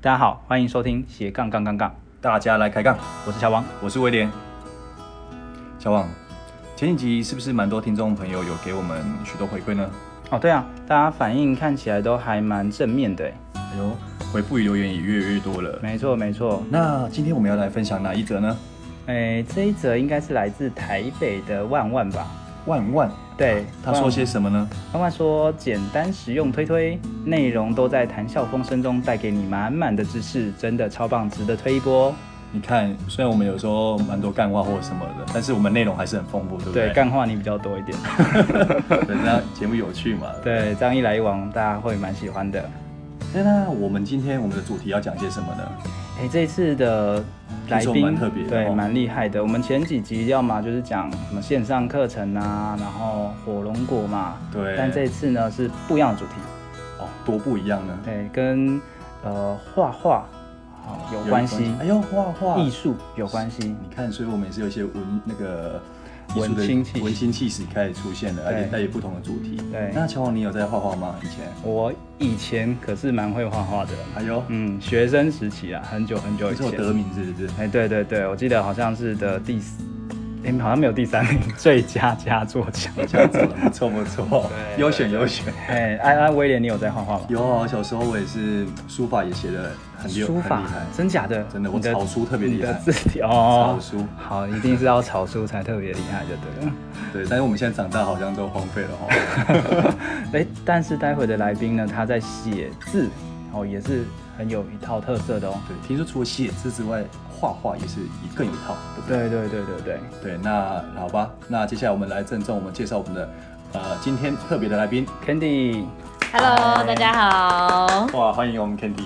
大家好，欢迎收听斜杠杠杠杠，大家来开杠，我是小王。我是威廉。小王，前几集是不是蛮多听众朋友有给我们许多回馈呢？哦，对啊，大家反应看起来都还蛮正面的诶，欸哎呦，回复与留言也越来越多了。没错没错。那今天我们要来分享哪一则呢？诶，这一则应该是来自台北的万万吧？万万，对，他说万些什么呢？万万说简单实用推推，内容都在谈笑风生中带给你满满的知识，真的超棒，值得推一波哦。你看，虽然我们有时候蛮多干话或什么的，但是我们内容还是很丰富，对不对，对？干话你比较多一点。 对，人家节目有趣嘛。对，这样一来一往，大家会蛮喜欢的。哎。那我们今天我们的主题要讲些什么呢？哎，这次的来听说宾蛮特别的对，哦蛮厉害的。我们前几集要么就是讲什么线上课程啊，然后火龙果嘛，对但这次呢是不一样的主题，哦，多不一样呢。对，跟呃画画好有一关系，哎呦，画画艺术有关系。你看，所以我们也是有一些文那个艺文术的青气息文青气息开始出现了，而且带有不同的主题。对那乔王，你有在画画吗？以前？我以前可是蛮会画画的，哎呦，嗯，学生时期啊，很久很久你以是有前。得名是不是？哎，对对对，我记得好像是的第四，哎，好像没有第三名，最佳佳作奖。 这样子不错不错对，优选优选。哎，安安威廉，你有在画画吗？有啊，小时候我也是书法也写的很厉书很厉法害，真假的？真的你我草书特别厉害你的字体哦，草书好，一定是要草书才特别厉害，就对 了。对，但是我们现在长大好像都荒废了哦哈。哎，但是待会的来宾呢，他在写字哦，也是很有一套特色的哦。对，听说除了写字之外，画画也是一更有一套，对不对？对对对对对，对，那好吧，那接下来我们来郑重我们介绍我们的呃今天特别的来宾， Candy， Hello，大家好。哇，欢迎我们 Candy。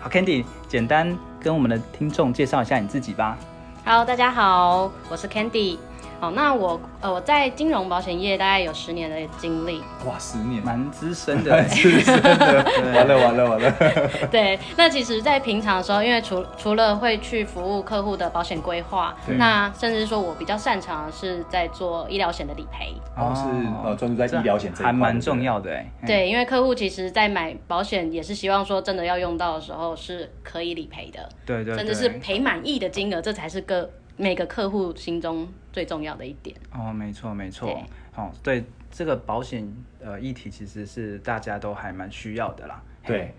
好，Candy，简单跟我们的听众介绍一下你自己吧。 Hello，大家好，我是 Candy。哦，那我呃我在金融保险业大概有十年的 经历。哇，十年，，蛮资深的资深的， 完了完了完了，对，那其实，在平常的时候，因为除除了会去服务客户的保险规划，那甚至说我比较擅长的是在做医疗险的理赔。哦是呃专注在医疗险这一块啊还蛮重要的哎。对，因为客户其实，在买保险也是希望说，真的要用到的时候是可以理赔的，对对，甚至是赔满意的金额，这才是个每个客户心中最重要的一点。哦，没错没错对，好、对这个保险呃议题其实是大家都还蛮需要的啦。对，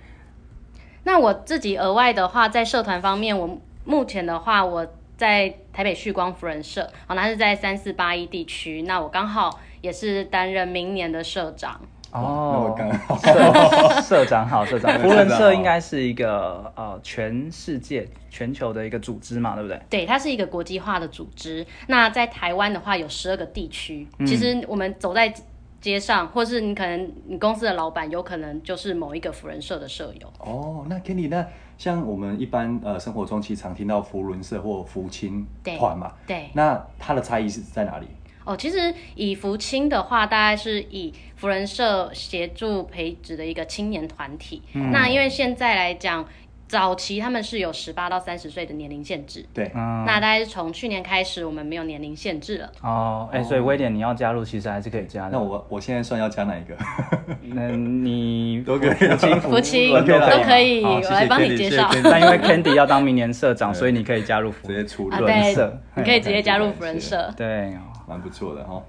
那我自己额外的话，在社团方面，我目前的话，我在台北旭光福人社，哦，那是在三四八一地区，那我刚好也是担任明年的社长。哦那我刚好社社长好，社 长，对福人社长社好应该是一个呃全世界全球的一个组织嘛，对不对？对，它是一个国际化的组织。那在台湾的话，有十二个地区。其实我们走在街上，或是你可能你公司的老板，有可能就是某一个福人社的社友。哦，那 Candy，那像我们一般呃生活中其实常听到福伦社或福清对团嘛，对，那它的差异是在哪里？哦，其实以福清的话，大概是以福人社协助培植的一个青年团体。嗯那因为现在来讲，早期他们是有十八到三十岁的年龄限制，对，嗯，那大概是从去年开始，我们没有年龄限制了。嗯哦，哎、所以威廉你要加入其实还是可以加那的。我我现在算要加哪一个？那你都可以福清福福都清可以都可以，好我谢谢来帮 Kelly，你谢介谢绍。 Kelly 但因为 Candy 要当明年社长，所以你可以加入福直接出啊，论，人对社，你可以直接加入福人对社。对哦蛮不错的哈。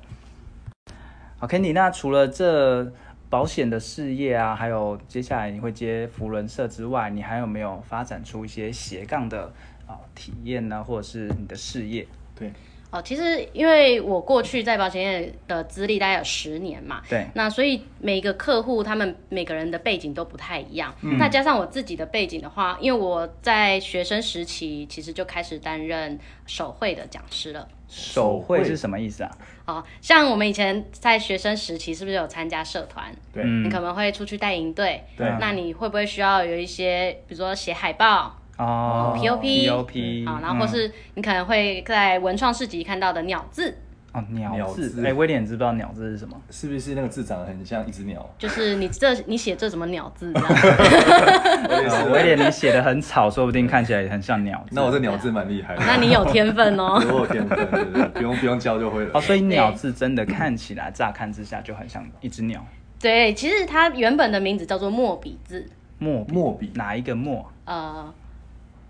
好，Candy，那除了这保险的事业啊，还有接下来你会接福伦社之外，你还有没有发展出一些斜杠的啊、体验呢、或者是你的事业？对，哦，其实因为我过去在保险业的资历大概有十年嘛，对，那所以每个客户他们每个人的背景都不太一样。嗯那加上我自己的背景的话，因为我在学生时期其实就开始担任手绘的讲师了。手手绘绘是什么意思啊？哦，像我们以前在学生时期是不是有参加社团？对你可能会出去带营队，对那你会不会需要有一些，比如说写海报？哦 POP POP，啊，然后或嗯是你可能会在文创市集看到的鸟字，哦鸟鸟字，字哎，威廉，你知不知道鸟字是什么？是不是那个字长得很像一只鸟？就是你这你写这什么鸟字这样？哦威廉，你写的很草，说不定看起来也很像鸟字。 那我这鸟字蛮厉害的，那你有天分 哦。 我有天分，对对对不用不用教就会了哦，。所以鸟字真的看起来，乍看之下就很像一只鸟。对，其实它原本的名字叫做墨笔字，墨墨笔哪一个墨？呃，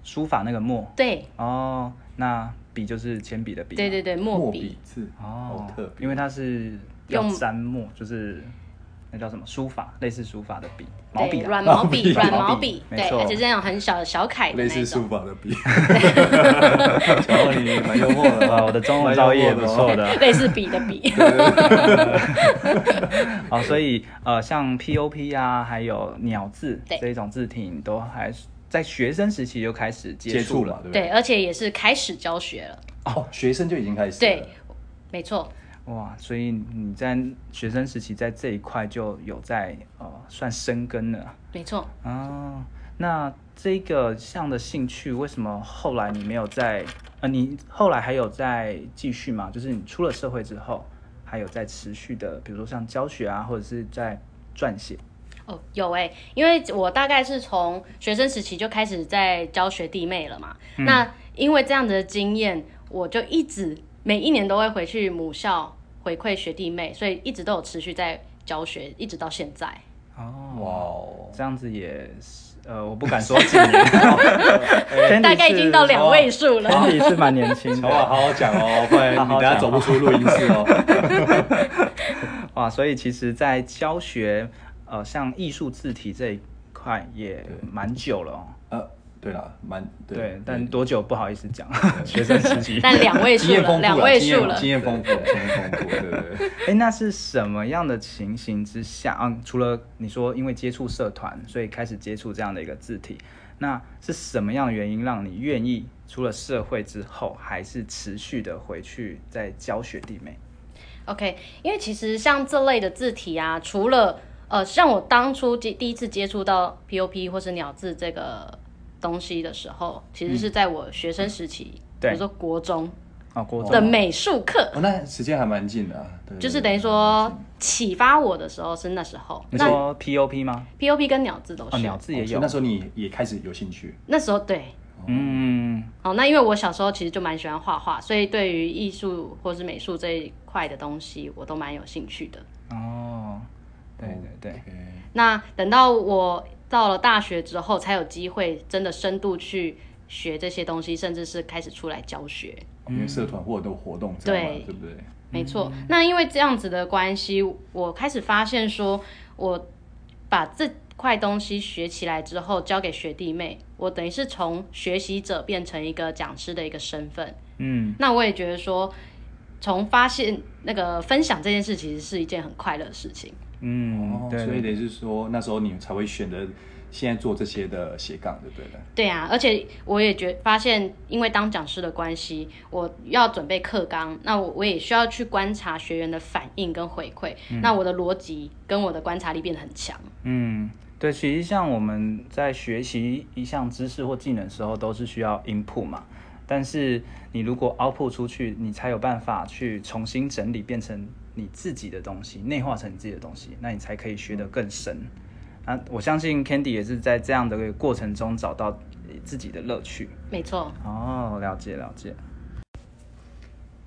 书法那个墨对哦，那笔就是铅笔的笔嘛。对对对，墨墨笔字，哦好，特别，因为它是要用沾墨，就是那叫什么书法，类似书法的笔，毛对笔啊，软毛笔，毛软笔毛毛笔笔，对没，错而且是那种很小的小楷的类似那书种。法的笔。 乔你蛮幽默的，哇，我的中文造诣也不错的 类似笔的笔，哦，所以呃，像 POP 啊，还有鸟字对这一种字体，你都还是在学生时期就开始接接触触了了，，对不对？对，而且也是开始教学了，哦，学生就已经开始了，对，没错，哇，所以你在学生时期在这一块就有在呃算深耕了没错。哦，那这个项的兴趣，为什么后来你没有在？呃，你后来还有在继续吗？就是你出了社会之后，还有在持续的，比如说像教学啊，或者是在撰写。哦，有哎、因为我大概是从学生时期就开始在教学弟妹了嘛。嗯那因为这样的经验，我就一直每一年都会回去母校回馈学弟妹，所以一直都有持续在教学，一直到现在。哦，哇哦，这样子也是，呃，我不敢说几哎 年， 大概已经到哦两位数了。 Candy 是蛮年轻 乔瓦的好好讲哦，不然你等下走不出录音室 哦。哇，所以其实，在教学，呃，像艺术字体这一块也蛮久了哦。呃，对啦，蛮对，但多久不好意思讲， 学生时期。但两位数经验丰了，富两啦位经验数了经。验丰富，经验丰富，对对对。 哎，那是什么样的情形之下？嗯，除了你说因为接触社团，所以开始接触这样的一个字体，那是什么样的原因让你愿意出了社会之后，还是持续的回去再教学弟妹？ OK，因为其实像这类的字体啊，除了呃，像我当初第第一次接触到 POP 或是鸟字这个东西的时候，其实是在我学生时期，比对如说国中哦，郭的总，美术课，哦，那时间还蛮近的啊，对就是等于，说启发我的时候是那时候。你那说 POP 吗？ POP 跟鸟字都哦，是鸟字对也对对哦所以有那，时候你也开始有兴趣，那时候对。嗯，哦，那因为我小时候其实就蛮喜欢画画，所以对于艺术或是美术这一块的东西，我都蛮有兴趣的。哦，对对对， OK，哦那等到我到了大学之后，才有机会真的深度去学这些东西，甚至是开始出来教学。因为社团或者活动这样嘛，对对不对？没错，那因为这样子的关系，我开始发现说，我把这块东西学起来之后，交给学弟妹，我等于是从学习者变成一个讲师的一个身份。嗯，那我也觉得说，从发现那个分享这件事，其实是一件很快乐的事情。嗯，哦，对所对以等于是说那时候你才会选择现在做这些的斜杠，对不对？对啊，而且我也觉发现，因为当讲师的关系，我要准备课纲，那我我也需要去观察学员的反应跟回馈，那我的逻辑跟我的观察力变得很强。嗯，对，其实像我们在学习一项知识或技能的时候，都是需要 input 嘛。但是你如果 output 出去，你才有办法去重新整理，变成你自己的东西，内化成你自己的东西，那你才可以学得更深。啊，我相信 Candy 也是在这样的一个过程中找到自己的乐趣。没错，哦，了解了解。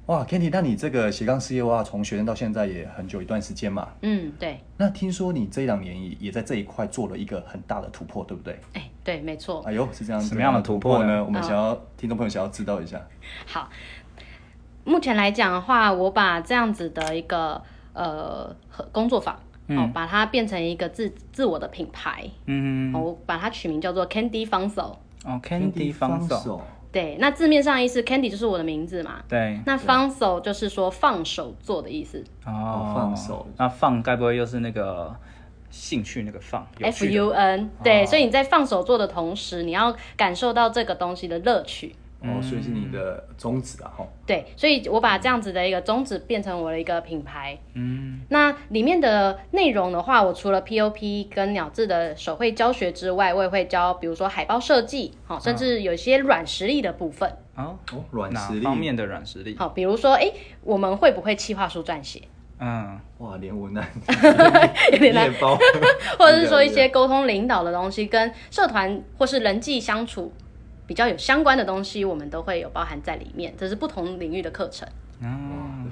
哇 k e n d y 那你这个斜杠事业哇，从学生到现在也很久一段时间嘛。嗯，对，那听说你这两年也也在这一块做了一个很大的突破，对不对？哎，对，没错。哎呦，是这样，什么样的突破呢呢？嗯我们想要、听众朋友想要知道一下。好，目前来讲的话，我把这样子的一个呃和工作坊，哦，把它变成一个自自我的品牌，嗯，哦，我把它取名叫做 Candy f u n s o 哦，Candy 放手，对，那字面上意思，Candy 就是我的名字嘛，对，那放手就是说放手做的意思哦，放手那放该不会又是那个兴趣那个放有，F 趣的哦 U N。对，所以你在放手做的同时，你要感受到这个东西的乐趣。哦，所以是嗯你的宗旨啊，哈。对，所以我把这样子的一个宗旨变成我的一个品牌。嗯，那里面的内容的话，我除了 POP 跟鸟字的手绘教学之外，我也会教，比如说海报设计，好，甚至有一些软实力的部分，哦，哦，软哪实力方面的软实力？好，比如说，哎，我们会不会企划书撰写，嗯，哇，连文案、 有点难面包， 或者是说一 些沟通领导的东西，跟社团或是人际相处比较有相关的东西，我们都会有包含在里面，这是不同领域的课程。哦，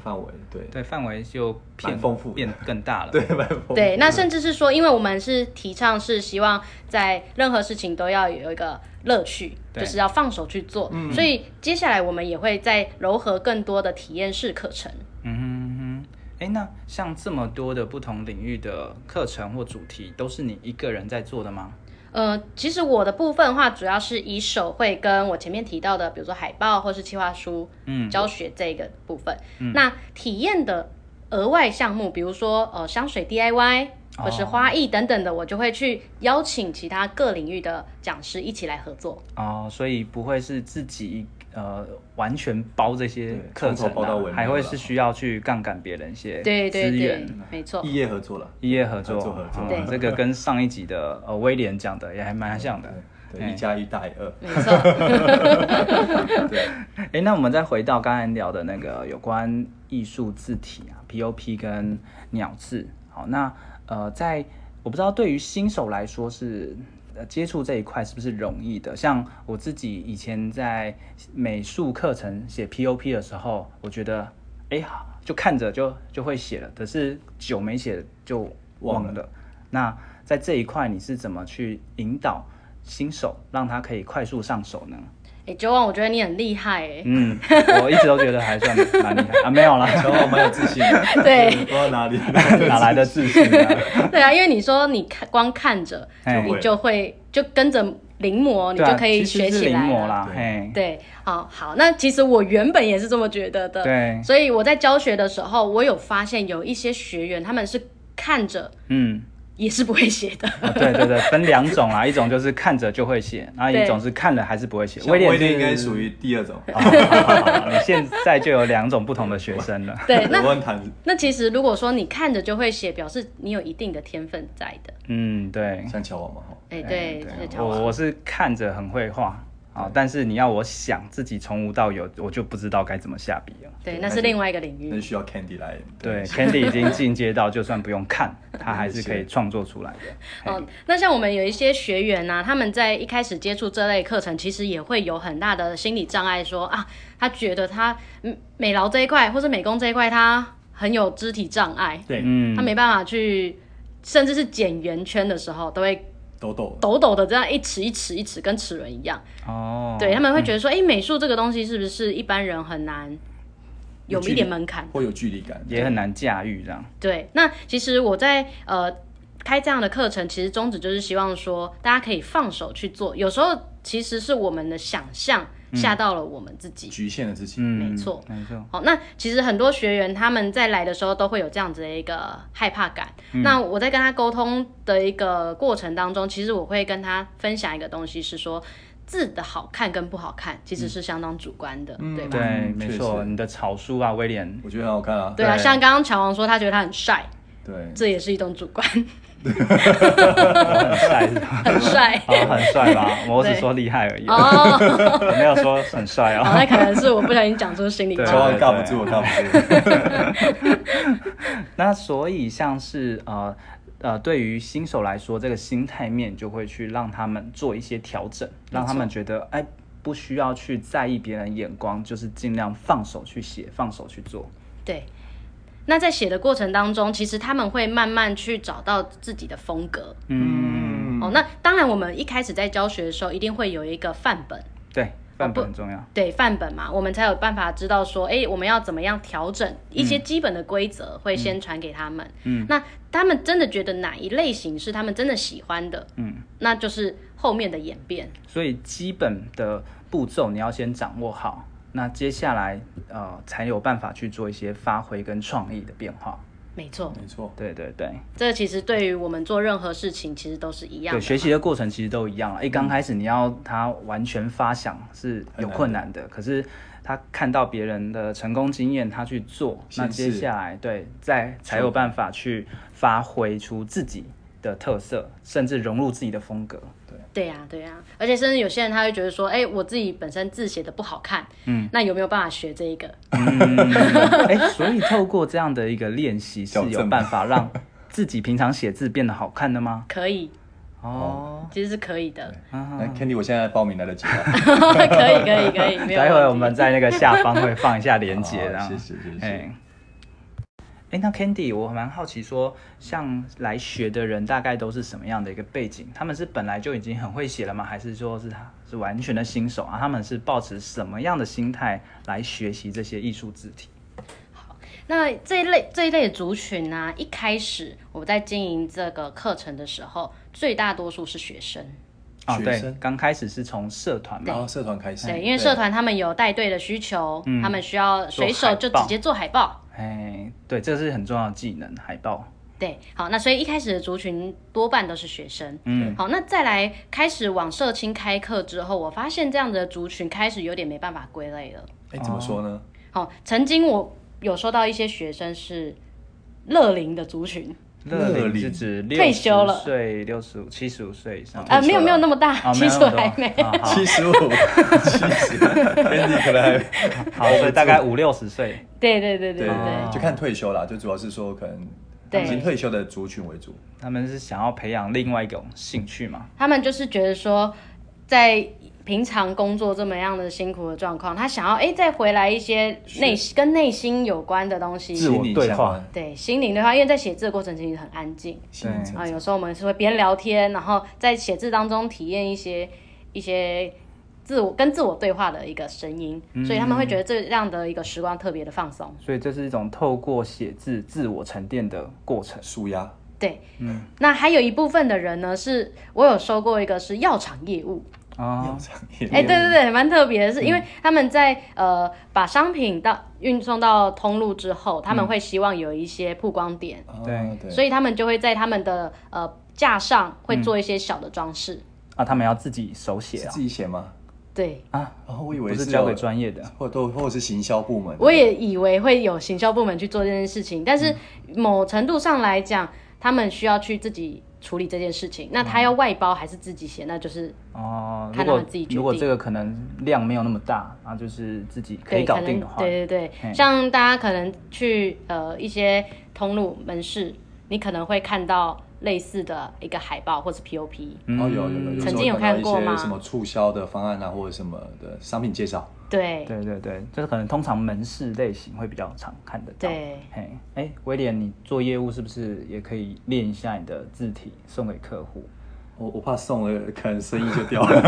范围，对对，范围就变蛮丰富的变更大了。对，蛮丰 富对，那甚至是说，因为我们是提倡是希望在任何事情都要有一个乐趣，对就是要放手去做。所以接下来我们也会再糅合更多的体验式课程。嗯哼哼。哎，那像这么多的不同领域的课程或主题，都是你一个人在做的吗？呃，其实我的部分的话，主要是以手绘跟我前面提到的，比如说海报或是企划书，嗯，教学这个部分。嗯那体验的额外项目，比如说呃香水 DIY 哦或是花艺等等的，我就会去邀请其他各领域的讲师一起来合作。哦，所以不会是自己呃完全包这些对课从头程、包到啊尾，还没有会了是需要去杠杆别人一些对对资对源。，没错。 异业合作了，一夜合作，合作合作嗯对这个跟上一集的呃威廉讲的也还蛮像的。对，哎对一加一大于二，没错， 哎，那我们再回到刚才聊的那个有关艺术字体啊，POP 跟鸟字。好，那呃，在我不知道对于新手来说是。呃接触这一块是不是容易的？像我自己以前在美术课程写 POP 的时候，我觉得，哎、好就看着就就会写了，可是久没写就忘了。忘那在这一块，你是怎么去引导新手，让他可以快速上手呢？哎、九王，我觉得你很厉害哎、嗯，我一直都觉得还算蛮厉害啊，没有啦，小王蛮有自信的，对 不知道哪 里哪来的自信啊？对啊，因为你说你看光看着，哎你就会就跟着临摹，你对啊就可以其实学是起临来摹了啦，对嘿，对，好好，那其实我原本也是这么觉得的。对所以我在教学的时候，我有发现有一些学员他们是看着嗯。也是不会写的。啊对对对，分两种啦，一种就是看着就会写，然后一对种是看了还是不会写。威廉廉是应该属于第二 种，你现在就有两种不同的学生了。对，啊 我那问谈那其实如果说你看着就会写，表示你有一定的天分在的。嗯，对，像乔王嘛哈，哎、哎对，是这样我我是看着很会画。好，但是你要我想自己从无到有，我就不知道该怎么下笔了。对，那是另外一个领那域。需要 Candy 来嗯对，Candy 已经进阶到，就算不用看，他还是可以创作出来的。哦，那像我们有一些学员啊呢、他们在一开始接触这类课程，其实也会有很大的心理障碍说，啊，他觉得他嗯美劳这一块或者美工这一块，他很有肢体障碍，对嗯他没办法去，甚至是剪圆圈的时候，都会抖抖，抖抖的这样一尺一尺一尺，跟齿轮一样。哦，对他们会觉得说，哎、美术这个东西是不是一般人很难有一点门槛？会有距离感，也很难驾驭这样。对，那其实我在呃开这样的课程，其实宗旨就是希望说大家可以放手去做。有时候其实是我们的想象吓到了我们自己。局限了自己。嗯，没错没错。好，那其实很多学员他们在来的时候都会有这样子的一个害怕感。嗯那我在跟他沟通的一个过程当中，其实我会跟他分享一个东西，是说字的好看跟不好看其实是相当主观的，对吧？对，嗯没确实错。你的草书啊，威 廉，我觉得很好看啊，对啊，对像刚刚乔王说，他觉得他很帅，对，这也是一种主观，很帅是吧？很帅。啊，很帅吧？我只对说厉害而已，哦， 我没有说很帅好，啊。那可能是我不小心讲出心里对乔 话。王尬不住，尬不住。哦那所以像是呃呃，对于新手来说，这个心态面就会去让他们做一些调整，让他们觉得哎。不需要去在意别人眼光，就是尽量放手去写，放手去做。对，那在写的过程当中，其实他们会慢慢去找到自己的风格。嗯，哦，那当然，我们一开始在教学的时候，一定会有一个范本，对，范不本很重要。对范本嘛，我们才有办法知道说，哎，我们要怎么样调整一些基本的规则，会先传给他们。嗯，那他们真的觉得哪一类型是他们真的喜欢的，嗯，那就是后面的演变。所以基本的步骤你要先掌握好，那接下来呃才有办法去做一些发挥跟创意的变化。没错，没错，对对对，这其实对于我们做任何事情，其实都是一样对的。学习的过程其实都一样了。一刚开始你要他完全发想是有困难嗯的，可是他看到别人的成功经验，他去做，那先试接下来对再才有办法去发挥出自己的特色，甚至融入自己的风格。对呀、对呀、啊而且甚至有些人他会觉得说，哎、我自己本身字写的不好看，嗯，那有没有办法学这一个？嗯哎、所以透过这样的一个练习，是矫有正办法让自己平常写字变得好看的吗？可以，哦，其实是 可以的，啊那 Candy 我现在报名来得及吗？可以，可以，可以，没有问题。待会我们在那个下方会放一下连好接，然后哦啊谢谢谢谢哎。诶，哎那 Candy，我蛮好奇说，像来学的人大概都是什么样的一个背景？他们是本来就已经很会写了吗？还是说是他是完全的新手啊？他们是抱持什么样的心态来学习这些艺术字体？那这一类这一类的族群呢、一开始我在经营这个课程的时候，最大多数是学生。哦，学对生，刚开始是从社团嘛然，后社团开始，对，因为社团他们有带队的需求，他们需要嗯水做手海就报直接做海报。哎，对，这是很重要的技能，海报，对，好，那所以一开始的族群多半都是学生。嗯，好，那再来开始往社青开课之后，我发现这样的族群开始有点没办法归类了。哎，怎么说呢？好，曾经我有收到一些学生是乐龄的族群，乐乐龄龄是指退休了60岁、六十五、七十五岁 以上，啊，没有没有那么大，哦，其实我还没。 有那么多，七十五，七十，Andy 可能还好，好所以大 概五六十岁，对对对对对对对。哦就看退休啦，就主要是说可能对已经退休的族群为主，他们是想要培养另外一种兴趣嘛？他们就是觉得说，在平常工作这么样的辛苦的状况，他想要哎再回来一些内跟内心有关的东西，自我对话对心灵的话，因为在写字的过程其实很安静心灵啊，层，有时候我们是会边聊天，然后在写字当中体验一些一些。自我跟自我对话的一个声音，所以他们会觉得这样的一个时光特别的放松。所以这是一种透过写字自我沉淀的过程。舒压，对，那还有一部分的人呢，是我有收过一个是药厂业务，哦，哎、对对对，蛮特别的是，因为他们在呃把商品到运送到通路之后，他们会希望有一些曝光点，啊对对，所以他们就会在他们的呃架上会做一些小的装饰。啊，他们要自己手写是啊，自己写吗？对，啊，然后我以不为是有交给专业的。或都或者是行销部门，我也以为会有行销部门去做这件事情，但是嗯某程度上来讲，他们需要去自己处理这件事情。那他嗯要外包还是自己写，那就是哦，如看他果们自己决定如果这个可能量没有那么大，啊，就是自己可以对搞能定的话，对对嘿对，像大家可能去呃一些通路门市，你可能会看到类似的一个海报或是 POP。嗯哦有有有，有时候曾经有看到看过一些吗什么促销的方案啊，或者什么的商品介绍，对对对对，就是可能通常门市类型会比较常看得到。对嘿，哎，威廉，你做业务是不是也可以练一下你的字体送给客户？我我怕送了可能生意就掉了，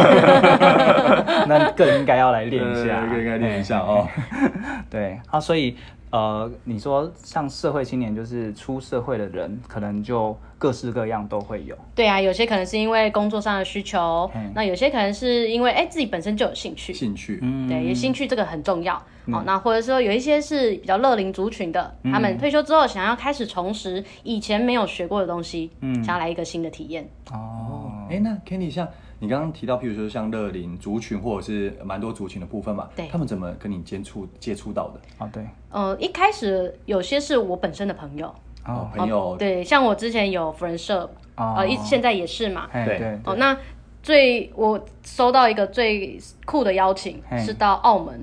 那更应该要来练 一下，应该练一下嘿哦。对啊，所以呃，你说像社会青年，就是出社会的人，可能就各式各样都会有。对啊，有些可能是因为工作上的需求，嗯那有些可能是因为哎自己本身就有兴趣，兴趣，对，也兴趣这个很重要。嗯哦，那或者说有一些是比较乐龄族群的，他们退休之后想要开始重拾以前没有学过的东西，嗯想要来一个新的体验。哦，哎、那 Kenny 像你刚刚提到，譬如说像乐龄族群或者是蛮多族群的部分嘛，对他们怎么跟你接触接触到的？哦对，呃，一开始有些是我本身的朋友，哦哦，朋友，对，像我之前有福人社，哦呃，一现在也是嘛。嘿对对哦，那最我收到一个最酷的邀请嘿是到澳门，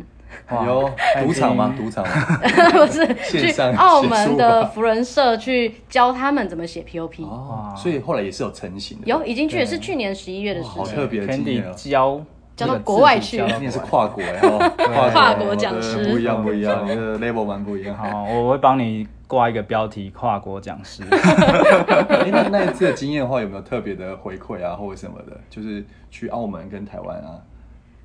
哇有开赌场吗？心赌场吗？ 不是 线去上澳写门书的吧福人社去教他们怎么写 POP。哦，所以后来也是有成型的，有已经去也是去年十一月的事好情。特别的经验 Candy 哦。教那教到个国字外体去教到 你也是国外跨国哎，哦，跨 跨国讲师对不一样不一样，你的 level 蛮不一样。好，我会帮你挂一个标题“跨国讲师哎，那那一次的经验的话，有没有特别的回馈啊，或者什么的？就是去澳门跟台湾啊，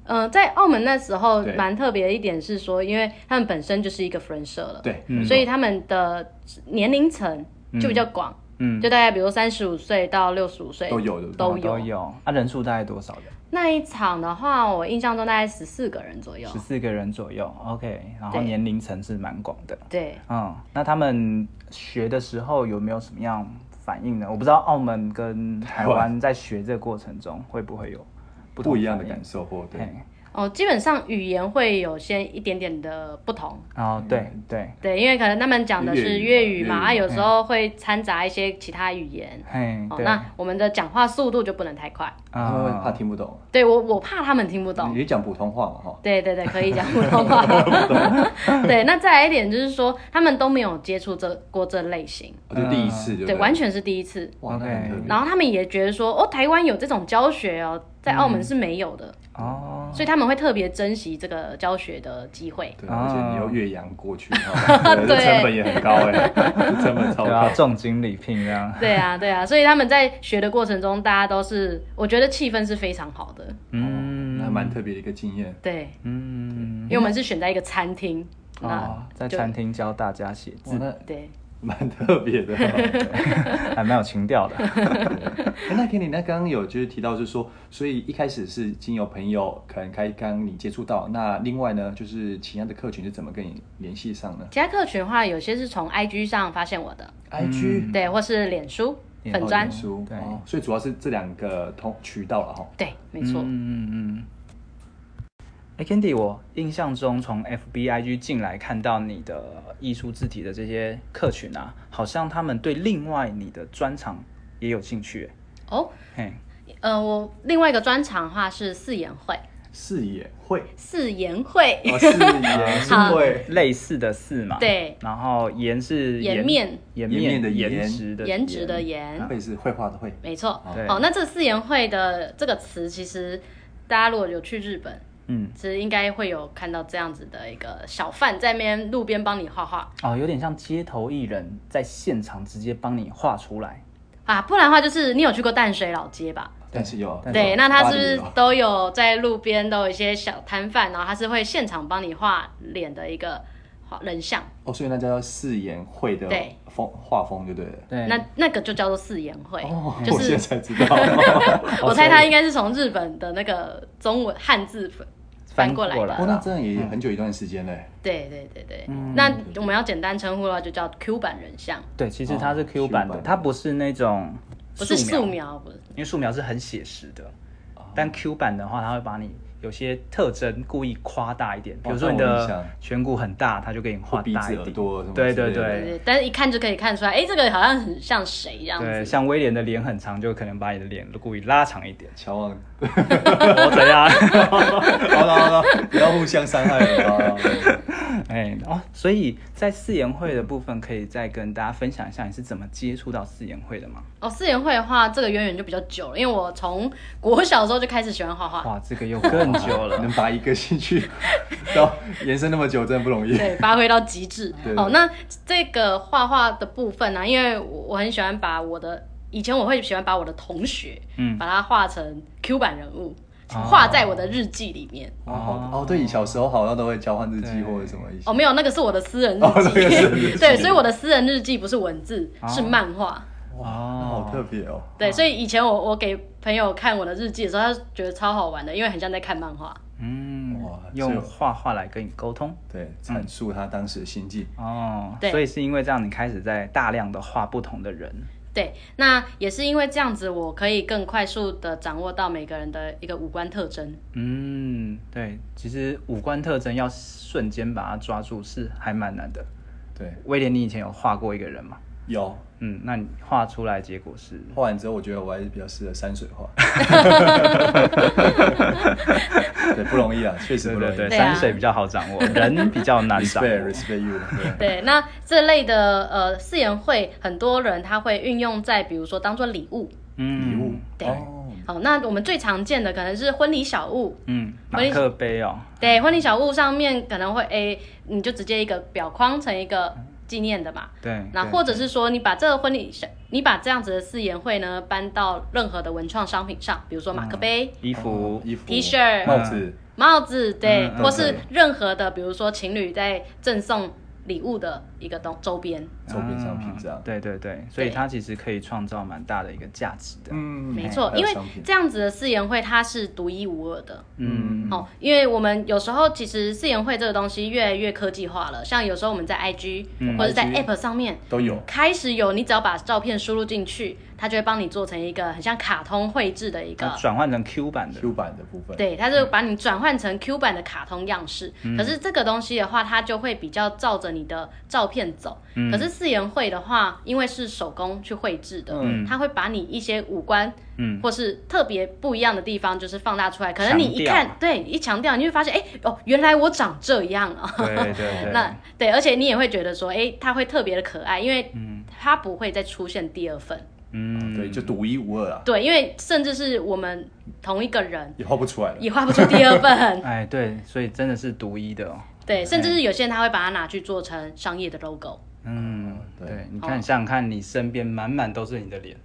嗯、在澳门那时候对蛮特别的一点是说，因为他们本身就是一个福人社了，对，嗯所以他们的年龄层就比较广，”，嗯，就大概比如三十五岁到六十五岁都有的 都哦有都有。啊，人数大概多少人？那一场的话，我印象中大概十四个人左右十。四个人左右，OK。然后对年龄层是蛮广的，对，嗯。那他们学的时候有没有什么样反应呢？我不知道澳门跟台台湾湾在学这个过程中会不会有不同不一样的反应感受或对。嘿哦，基本上语言会有些一点点的不同。哦，对对，对，因为可能他们讲的是粤粤语语嘛嘛，啊，有时候会掺杂一些其他语言。嘿，嗯哦，对，那我们的讲话速度就不能太快。因为怕啊，听不懂，对我，我怕他们听不懂。你讲普通话嘛哈，对对对，可以讲普 通话。对，那再来一点就是说，他们都没有接触这过这类型，我就第一次就啊对，完全是第一次。哇，那嗯很特别。然后他们也觉得说，哦，台湾有这种教学哦，在澳门是没有的。哦，所以他们会特别珍惜这个教学的机会。对，哦而且你又越洋过 去，哈这成本也很高哎，成本超对啊高，。重金礼聘这哦样，对啊，对啊，所以他们在学的过程中，大家都是，我觉得气氛是非常好的。嗯，那还蛮特别的一个经验。对，嗯，因为我们是选在一个餐厅，哦那，在就餐厅教大家写哇， 字，那对，蛮特别的。还蛮有情调的。哎那 Kenny，那刚刚有就是提到，就是说，所以一开始是经由朋友，可能开刚你接触到，那另外呢，就是其他的客群是怎么跟你联系上呢其他客群的话，有些是从 IG 上发现我的， ？IG 对，或是脸书嗯脸嗯粉书砖专，书，对哦所以主要是这两个通渠道了哈。对，没错。嗯嗯嗯。哎、c a n d y 我印象中从 FBIG 进来看到你的艺术字体的这些客群啊，好像他们对另外你的专场也有兴趣。哦，嘿，呃，我另外一个专场的话是四眼会，视野会，四眼会，哦，视 野会，类似的似嘛。。对，然后颜是颜面，颜颜面面的啊颜颜值的颜值的颜，会是绘画的会，没错。对哦，那这个四言会的这个词，其实大家如果有去日本，嗯，其实应该会有看到这样子的一个小贩在那边路边帮你画画哦，有点像街头艺人在现场直接帮你画出来。啊，不然的话就是你有去过淡水老街吧？但是有但对，那他是巴黎哦不是有都有在路边都有一些小摊贩，然后他是会现场帮你画脸的一个画人像，哦，所以那叫四眼会的对风画风就对了。对，那那个就叫做四言会，哦，就我现在是才知 道，哦我猜他应该是从日本的那个中文汉字翻翻过来的。哦，那这样也很久一段时间嘞。对对对对，嗯那我们要简单称呼的话，就叫 Q 版人像，对，其实哦它是 Q Q 版的，版它不是那种不是素素描，描，不是。因为素描是很写实的，哦但 Q 版的话，它会把你有些特征故意夸大一点，比如说你那哦我的印象颧骨很大，它就给你画或鼻大子一耳点朵什么，对之对类的，对对对，但是一看就可以看出来，哎，这个好像很像谁这样对，子。像威廉的脸很长，就可能把你的脸故意拉长一点哦啊乔旺，我怎样？好了好了，不要互相伤害了啊。哎哦，所以在四言会的部分，可以再跟大家分享一下你是怎么接触到四言会的吗？哦，四言会的话，这个渊源就比较久了，因为我从国小的时候就开始喜欢画 画，哇，这个又更久 了，能把一个兴趣到延伸那么久，真的不容易。对，发挥到极致对。哦，那这个画画的部分呢、因为我我很喜欢把我的以前我会喜欢把我的同学，嗯把它画成 Q 版人物，哦画在我的日记里面。哦，好哦，对，小时候好像都会交换日记对或者什么一些哦，。没有，那个是我的私人日哦那个是记日，记 对，所以我的私人日记不是文字，哦是漫画。那哦好特别哦。对，所以以前我我给朋友看我的日记的时候，他觉得超好玩的，因为很像在看漫画。嗯哇，所以用我画画来跟你沟通。对，阐述他当时的心境。哦，对所以是因为这样，你开始在大量的画不同的人，对，那也是因为这样子，我可以更快速的掌握到每个人的一个五官特征。嗯，对，其实五官特征要瞬间把它抓住是还蛮难的。对，威廉，你以前有画过一个人吗？有嗯，那你画出来结果是画完之后，我觉得我还是比较适合山水画。对，不容易啊，确实对不容对对，易。对啊山水比较好掌握，人比较难掌 respect 握。 respect you。对，对，那这类的呃四言会，很多人他会运用在比如说当做礼物。嗯，礼物。对哦，好，那我们最常见的可能是婚礼小物。嗯，马我也克杯哦，对，婚礼小物上面可能会诶、你就直接一个裱框成一个纪念的嘛。对，那对或者是说，你把这个婚礼小，你把这样子的四言会呢搬到任何的文创商品上，比如说马克杯、衣服哦，衣服、 T 恤帽子，帽子，对，嗯嗯或对是任何的，比如说情侣在赠送礼物的一个东周边。周边商品这样嗯。对对对，所以对它其实可以创造蛮大的一个价值的。嗯没错，还有因为商品这样子的四言会它是独一无二的。嗯，哦，因为我们有时候其实四言会这个东西越来越科技化了，像有时候我们在 IG、或者在 IG App 上面都有。开始有，你只要把照片输入进去，它就会帮你做成一个很像卡通绘制的一个它转换成 Q 版的， Q 版的部分，对，它嗯就把你转换成 Q 版的卡通样式。可是这个东西的话，它就会比较照着你的照片走。嗯可是四言会的话，因为是手工去绘制的，嗯它会把你一些五官，嗯或是特别不一样的地方，就是放大出来。可能你一强调看，对，一强调，你就会发现，哎、哦，原来我长这样啊。对对对， 那嗯对，而且你也会觉得说，哎、它会特别的可爱，因为它不会再出现第二份。嗯，对，就独一无二啊，对，因为甚至是我们同一个人也画不出来了。也画不出第二份，哎，对，所以真的是独一的哦。对，甚至是有些人他会把它拿去做成商业的 logo，嗯，对对，你哦看，想想看，你身边满满都是你的脸，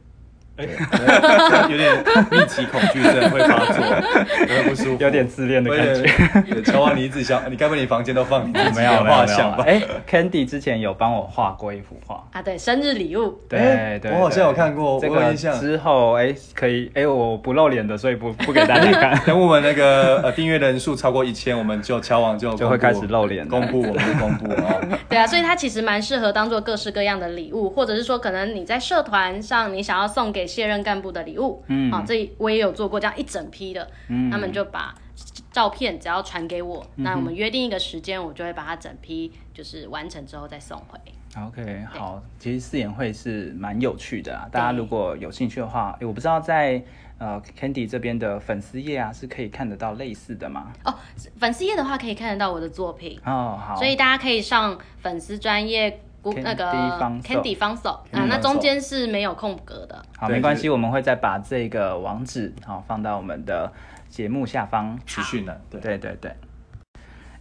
哎， 有点密集恐惧症会发作，有点不舒服，有点自恋的感觉。觉。对，乔王，你一直想，你该不会你房间都放你自己没有没有的没有画像吧？哎，Candy 之前有帮我画过一幅画，啊，对，生日礼物，对哎对，我好像有看过对我这有个印象之后，哎，可以，哎，我不露脸的，所以不不给大家 。看等我们那个 呃订阅人数超过一千，我们就乔王就就会公布开始露脸了公布我们就公 布哦。对 啊，所以它其实蛮适合当做各式各样的礼物，或者是说可能你在社团上你想要送给卸任干部的礼物，嗯，啊，这我也有做过这样一整批的，嗯，他们就把照片只要传给我，那我们约定一个时间，我就会把它整批就是完成之后再送回。 OK，好，其实四眼会是蛮有趣的啊，大家如果有兴趣的话，哎我不知道在呃 Candy 这边的粉丝页啊，是可以看得到类似的吗？哦，粉丝页的话可以看得到我的作品，哦，好，所以大家可以上粉丝专业。Gu- 那个 Candy Fangso Candy 方手啊 Candy，那 Fangso 中间是没有空格的。好，对没关就是系，我们会再把这个网址好放到我们的节目下方。资讯呢？对，对对对。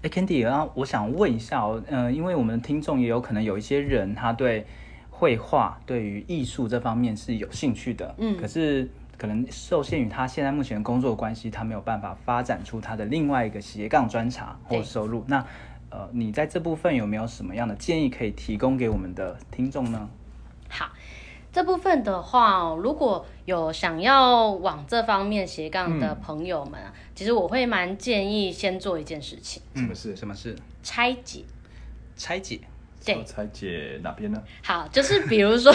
哎，Candy，然后我想问一下哦，嗯、因为我们的听众也有可能有一些人，他对绘画、对于艺术这方面是有兴趣的，嗯，可是可能受限于他现在目前工作的关系，他没有办法发展出他的另外一个斜杠专长或对收入。那呃，你在这部分有没有什么样的建议可以提供给我们的听众呢？好，这部分的话、哦，如果有想要往这方面斜杠的朋友们啊，其实我会蛮建议先做一件事情，什么事？嗯什么是拆解。拆解？对我拆解哪边呢？好，就是比如 说，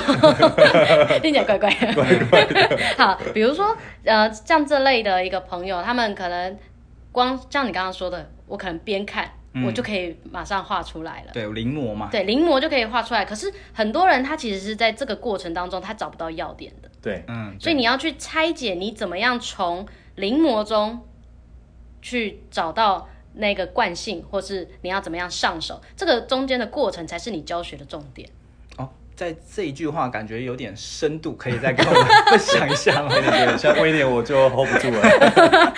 听起来怪 怪的。好，比如说，呃，像这类的一个朋友，他们可能光像你刚刚说的，我可能边看，我就可以马上画出来了。对，临摹嘛。对，临摹就可以画出来。可是很多人他其实是在这个过程当中，他找不到要点的。对，嗯，所以你要去拆解你怎么样从临摹中去找到那个惯性，或是你要怎么样上手，这个中间的过程才是你教学的重点。哦，在这一句话感觉有点深度，可以再跟我们分享一下 吗？对，像威廉我就 hold 不住了。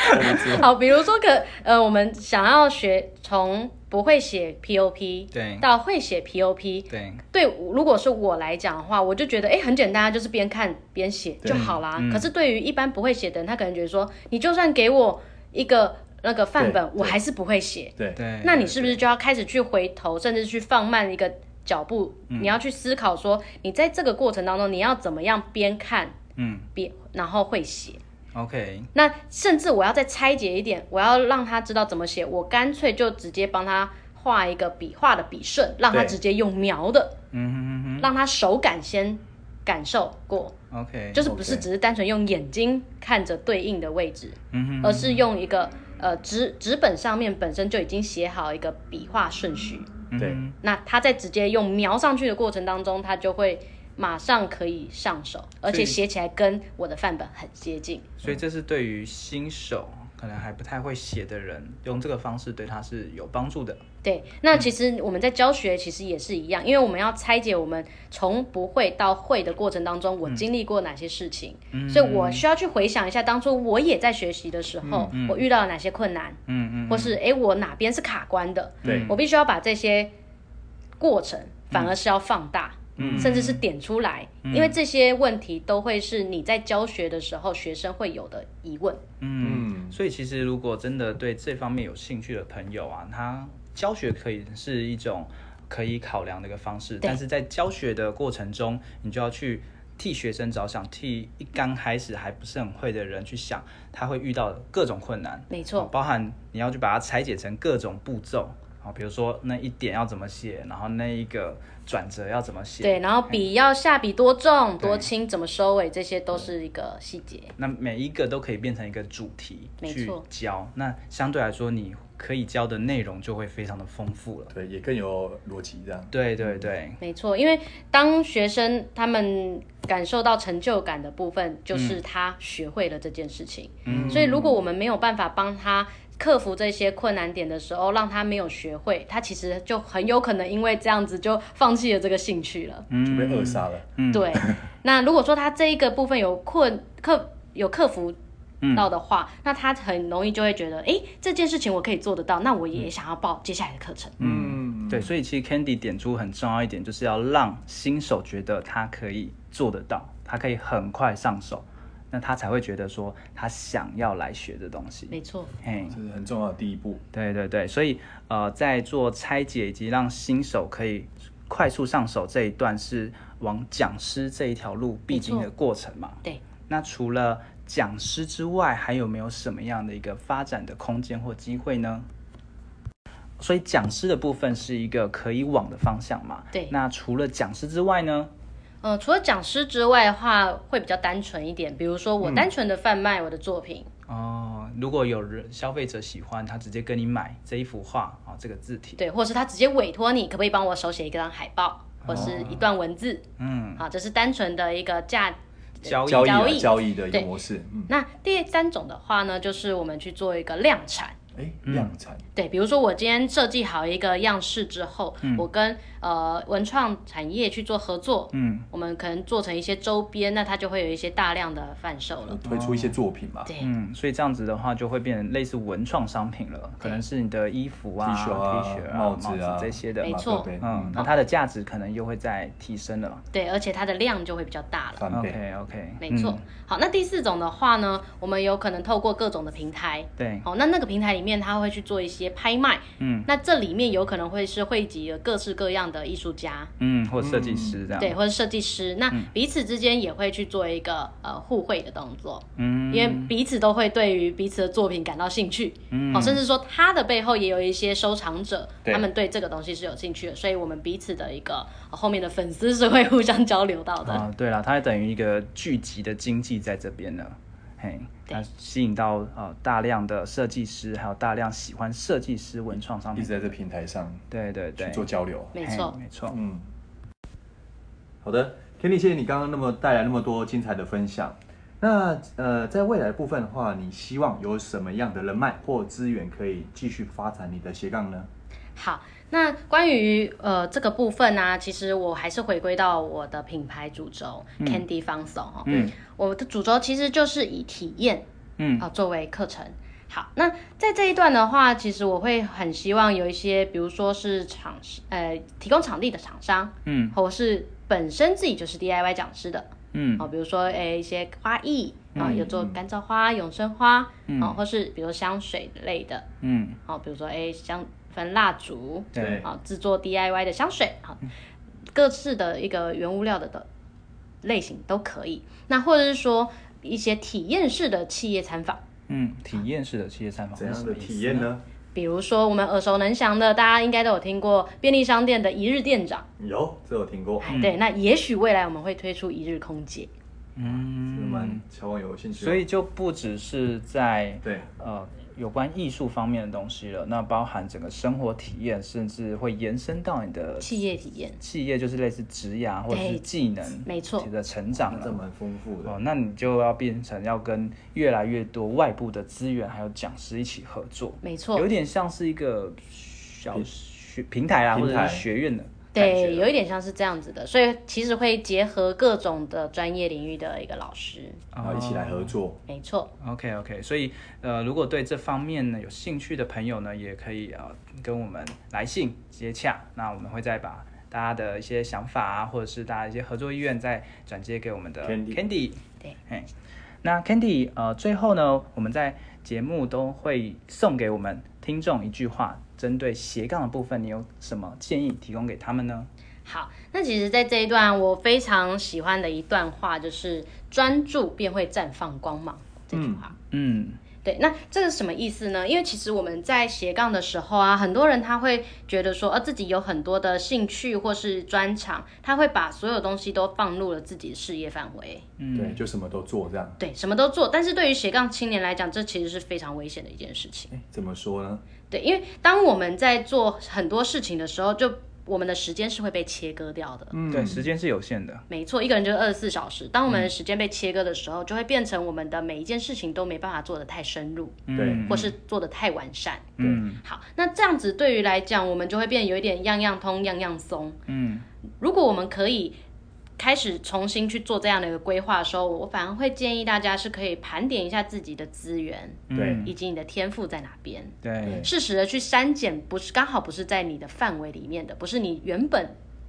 好，比如说可呃，我们想要学从不会写 POP 对到会写 POP，对，对，如果是我来讲的话，我就觉得哎、诶很简单啊，就是边看边写就好啦。嗯可是对于一般不会写的人，他可能觉得说，你就算给我一个那个范本，我还是不会写。对，哎对，那你是不是就要开始去回头，甚至去放慢一个脚步？嗯你要去思考说，你在这个过程当中，你要怎么样边看嗯边，然后会写。 ，OK，那甚至我要再拆解一点，我要让他知道怎么写，我干脆就直接帮他画一个笔画的笔顺，让他对直接用描的，嗯让他手感先感受过，哼哼哼，OK，就是不是只是单纯用眼睛看着对应的位置，嗯哼，而是用一个呃纸纸本上面本身就已经写好一个笔画顺序。嗯哼对那他在直接用描上去的过程当中，他就会马上可以上手，而且写起来跟我的范本很接近。所以这是对于新手可能还不太会写的人，用这个方式对他是有帮助的。对，那其实我们在教学其实也是一样，因为我们要拆解我们从不会到会的过程当中，我嗯经历过哪些事情，所以我需要去回想一下，当初我也在学习的时候，我遇到了哪些困难，嗯嗯嗯，或是诶我哪边是卡关的，对我必须要把这些过嗯程反而是要放大，甚至是点出来，嗯因为这些问题都会是你在教学的时候学生会有的疑问。嗯，所以其实如果真的对这方面有兴趣的朋友啊，他教学可以是一种可以考量的一个方式，对但是在教学的过程中，你就要去。替学生着想，替一刚开始还不是很会的人去想，他会遇到的各种困难，没错哦包含你要去把它拆解成各种步骤，好，比如说那一点要怎么写，然后那一个转折要怎么写，对，然后笔要下笔多重、对多轻，怎么收尾，这些都是一个细节。那每一个都可以变成一个主题没去错教，那相对来说，你可以教的内容就会非常的丰富了。对，也更有逻辑这样。对对对，没错，因为当学生他们感受到成就感的部分，就是他学会了这件事情。所以如果我们没有办法帮他克服这些困难点的时候，让他没有学会，他其实就很有可能因为这样子就放弃了这个兴趣了。就被扼杀了。嗯 对，那如果说他这一个部分有困克有克服嗯到的话，那他很容易就会觉得，诶，这件事情我可以做得到，那我嗯也想要报接下来的课程。嗯，对，所以其实 Candy 点出很重要一点，就是要让新手觉得他可以做得到，他可以很快上手，那他才会觉得说他想要来学这东西。没错，嘿，嗯这是很重要的第一步。对对对，所以呃，在做拆解以及让新手可以快速上手这一段，是往讲师这一条路必经的过程嘛？对。那除了讲师之外，还有没有什么样的一个发展的空间或机会呢？所以讲师的部分是一个可以往的方向嘛？对那除了讲师之外呢？呃，除了讲师之外的话，会比较单纯一点，比如说嗯我单纯的贩卖我的作品，哦，如果有人消费者喜欢，他直接跟你买这一幅画啊、这个字体。对，或是他直接委托你，可不可以帮我手写一张海报，或是一段文字，哦嗯，好，这是单纯的一个价交易交易交啊易交易的一个对模式，嗯，那第三种的话呢，就是我们去做一个量产。哎，嗯量产，对，比如说我今天设计好一个样式之后，我跟呃文创产业去做合作，嗯，我们可能做成一些周边，那它就会有一些大量的贩售有了。推出一些作品嘛，对，嗯，所以这样子的话，就会变成类似文创商品了，可能是你的衣服啊、 T 恤啊 T 恤啊、帽帽子啊这些的没马嘛。错克杯嗯，嗯，那它的价值可能又会再提升了。对，而且它的量就会比较大了。翻倍， OK OK，没错，好，那第四种的话呢，我们有可能透过各种的平台，对，好，那那个平台里面它会去做一些拍卖，嗯那这里面有可能会是汇集了各式各样的艺术家，嗯，或设计师这样。嗯对，，或者设计师，那彼此之间也会去做一个呃互惠的动作，嗯，因为彼此都会对于彼此的作品感到兴趣，嗯哦，甚至说他的背后也有一些收藏者，对他们对这个东西是有兴趣的，所以我们彼此的一个、呃后面的粉丝是会互相交流到的。啊，对了，它等于一个聚集的经济在这边了。嘿，对它吸引到呃大量的设计师，还有大量喜欢设计师文创商一品直。在这平台上对对对去，做交流，没嘿错，没错。嗯，好的，Kenny，谢谢你刚刚那么带来那么多精彩的分享。那呃，在未来的部分的话，你希望有什么样的人脉或资源可以继续发展你的斜杠呢？好，那关于呃这个部分呢、其实我还是回归到我的品牌主轴、Candy 放松哦。嗯我的主轴其实就是以体验嗯啊、作为课程。好，那在这一段的话，其实我会很希望有一些，比如说是厂呃提供场地的厂商，嗯或是本身自己就是 DIY 讲师的，嗯哦，比如说诶一些花艺啊、有做干燥花、永生花，嗯哦，或是比如说香水类的，嗯，哦，比如说诶香分蜡烛，对，嗯啊，制作 DIY 的香水啊，各式的一个原物料的的类型都可以。那或者是说一些体验式的企业参访，嗯，体验式的企业参访怎是样什的么意思体验？呢？比如说我们耳熟能详的，大家应该都有听过便利商店的一日店长，有，这我听过，哎嗯对，那也许未来我们会推出一日空姐，这个蛮嗯，乔王有兴趣哦。所啊以就不只是在对，呃有关艺术方面的东西了，那包含整个生活体验，甚至会延伸到你的企业体验，企业，就是类似职涯或者是对技能，没错的成长这了。蛮丰富的哦，。那你就要变成要跟越来越多外部的资源还有讲师一起合作，没有错，点像是一个小学平台啦，平或台者是学院的感觉了。对，有一点像是这样子的，所以其实会结合各种的专业领域的一个老哦师，然后一起来合作，没错， OK OK，所以呃，如果对这方面呢有兴趣的朋友呢，也可以呃跟我们来信接洽，那我们会再把大家的一些想法啊，或者是大家一些合作意愿，再转接给我们的 Candy 对，嘿，那 Candy 呃，最后呢，我们在节目都会送给我们听众一句话，针对斜杠的部分，你有什么建议提供给他们呢？好，那其实，在这一段我非常喜欢的一段话就是“专注便会绽放光芒”这句话。嗯对，那这是什么意思呢？因为其实我们在斜杠的时候啊，很多人他会觉得说，呃，自己有很多的兴趣或是专长，他会把所有东西都放入了自己的事业范围，嗯，对，就什么都做这样。对，什么都做。但是对于斜杠青年来讲，这其实是非常危险的一件事情。哎，怎么说呢？对，因为当我们在做很多事情的时候，就我们的时间是会被切割掉的。嗯对，时间是有限的。没错，一个人就是二十四小时。当我们的时间被切割的时候，就会变成我们的每一件事情都没办法做得太深入，对嗯或是做得太完善。嗯好，那这样子对于来讲，我们就会变有一点样样通，样样松。嗯如果我们可以开始重新去做这样的一个规划的时候，我反而会建议大家是可以盘点一下自己的资源，对嗯以及你的天赋在哪边，对适时的去删减，不是刚好不是在你的范围里面的，不是你原本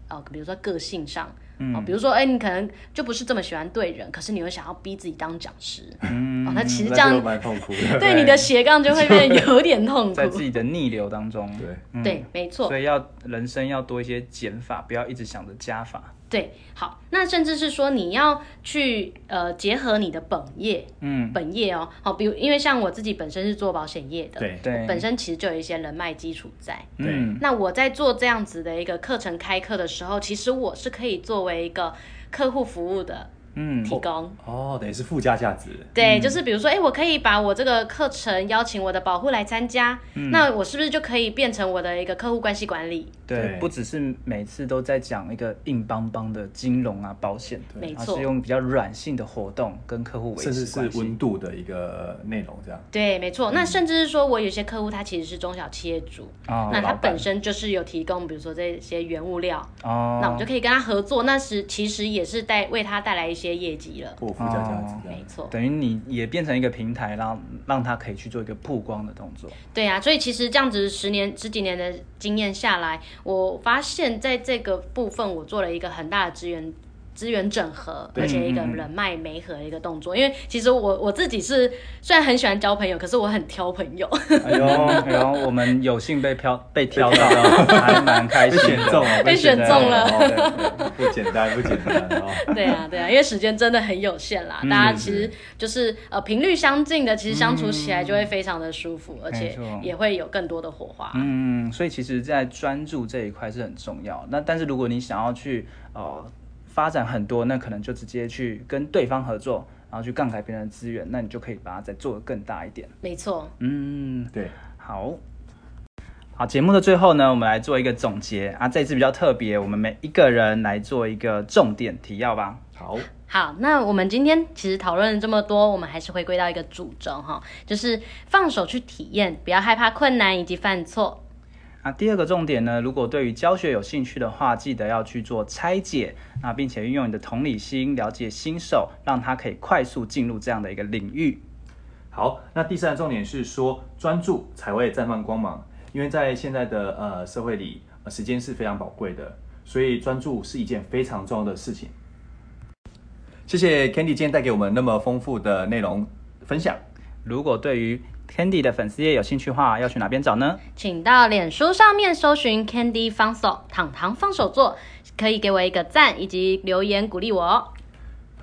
哦，比如说个性上。哦，比如说，哎、你可能就不是这么喜欢对人，可是你又想要逼自己当讲师，哦，那其实那这就样蛮痛苦 的。对你的斜杠就会变得有点痛苦在。自己的逆流当中，对，嗯对，没错。所以要人生要多一些减法，不要一直想着加法。对，好，那甚至是说你要去呃结合你的本业，嗯，本业哦，好，比如因为像我自己本身是做保险业的，对对，本身其实就有一些人脉基础在。嗯那我在做这样子的一个课程开课的时候，其实我是可以作为一个客户服务的嗯提供。哦，等于是附加价值。对，就是比如说，哎、我可以把我这个课程邀请我的保护来参加，嗯那我是不是就可以变成我的一个客户关系管理？对对，不只是每次都在讲一个硬邦邦的金融啊、保险，对没而错是用比较软性的活动跟客户维甚持至是关系。温度的一个内容，这样对，没嗯错。那甚至是说我有些客户他其实是中小企业主，哦那他老板本身就是有提供，比如说这些原物料，哦，那我们就可以跟他合作，那是其实也是带为他带来一些业绩了。或附加价值这样没。错，等于你也变成一个平台，让让他可以去做一个曝光的 动作。对啊，所以其实这样子十年十几年的经验下来，我发现在这个部分我做了一个很大的资源资源整合，而且一个人脉媒合的一个动作。因为其实我我自己是虽然很喜欢交朋友，可是我很挑朋友。 哎呦，哎呦，我们有幸被挑被挑到，还蛮开被心的，选中了，被选中了对哦对对不简单，不简单 哦。对啊，对啊，因为时间真的很有限啦，嗯大家其实就是呃频率相近的，其实相处起来就会非常的舒服，嗯而没且错也会有更多的火花。嗯，所以其实，在专注这一块是很重要。那但是如果你想要去呃发展很多，那可能就直接去跟对方合作，然后去杠杆别人的资源，那你就可以把它再做得更大一点。没错，嗯，对，好。好，节目的最后呢，我们来做一个总结啊。这一次比较特别，我们每一个人来做一个重点提要吧。好，好，那我们今天其实讨论了这么多，我们还是回归到一个主轴哈，就是放手去体验，不要害怕困难以及犯错。那第二个重点呢，如果对于教学有兴趣的话，记得要去做拆解，那并且运用你的同理心了解新手，让他可以快速进入这样的一个领域。好。那第三个重点是说，专注才会绽放光芒，因为在现在的呃社会里，呃时间是非常宝贵的，所以专注是一件非常重要的事情。谢谢 Candy 今天带给我们那么丰富的内容分享。如果对于 Candy 的粉丝页有兴趣的话，要去哪边找呢？请到脸书上面搜寻 Candy 放手，糖糖放手做，可以给我一个赞以及留言鼓励我哦。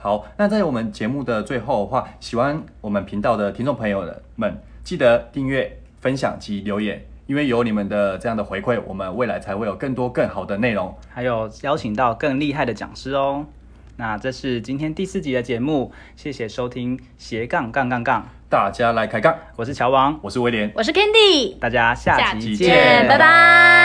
好，那在我们节目的最后的话，喜欢我们频道的听众朋友们，记得订阅、分享及留言，因为有你们的这样的回馈，我们未来才会有更多更好的内容。还有邀请到更厉害的讲师哦。那这是今天第四集的节目，谢谢收听斜杠杠杠杠，大家来开杠，我是乔王，我是威廉，我是 Candy，大家下下集集见，见拜拜。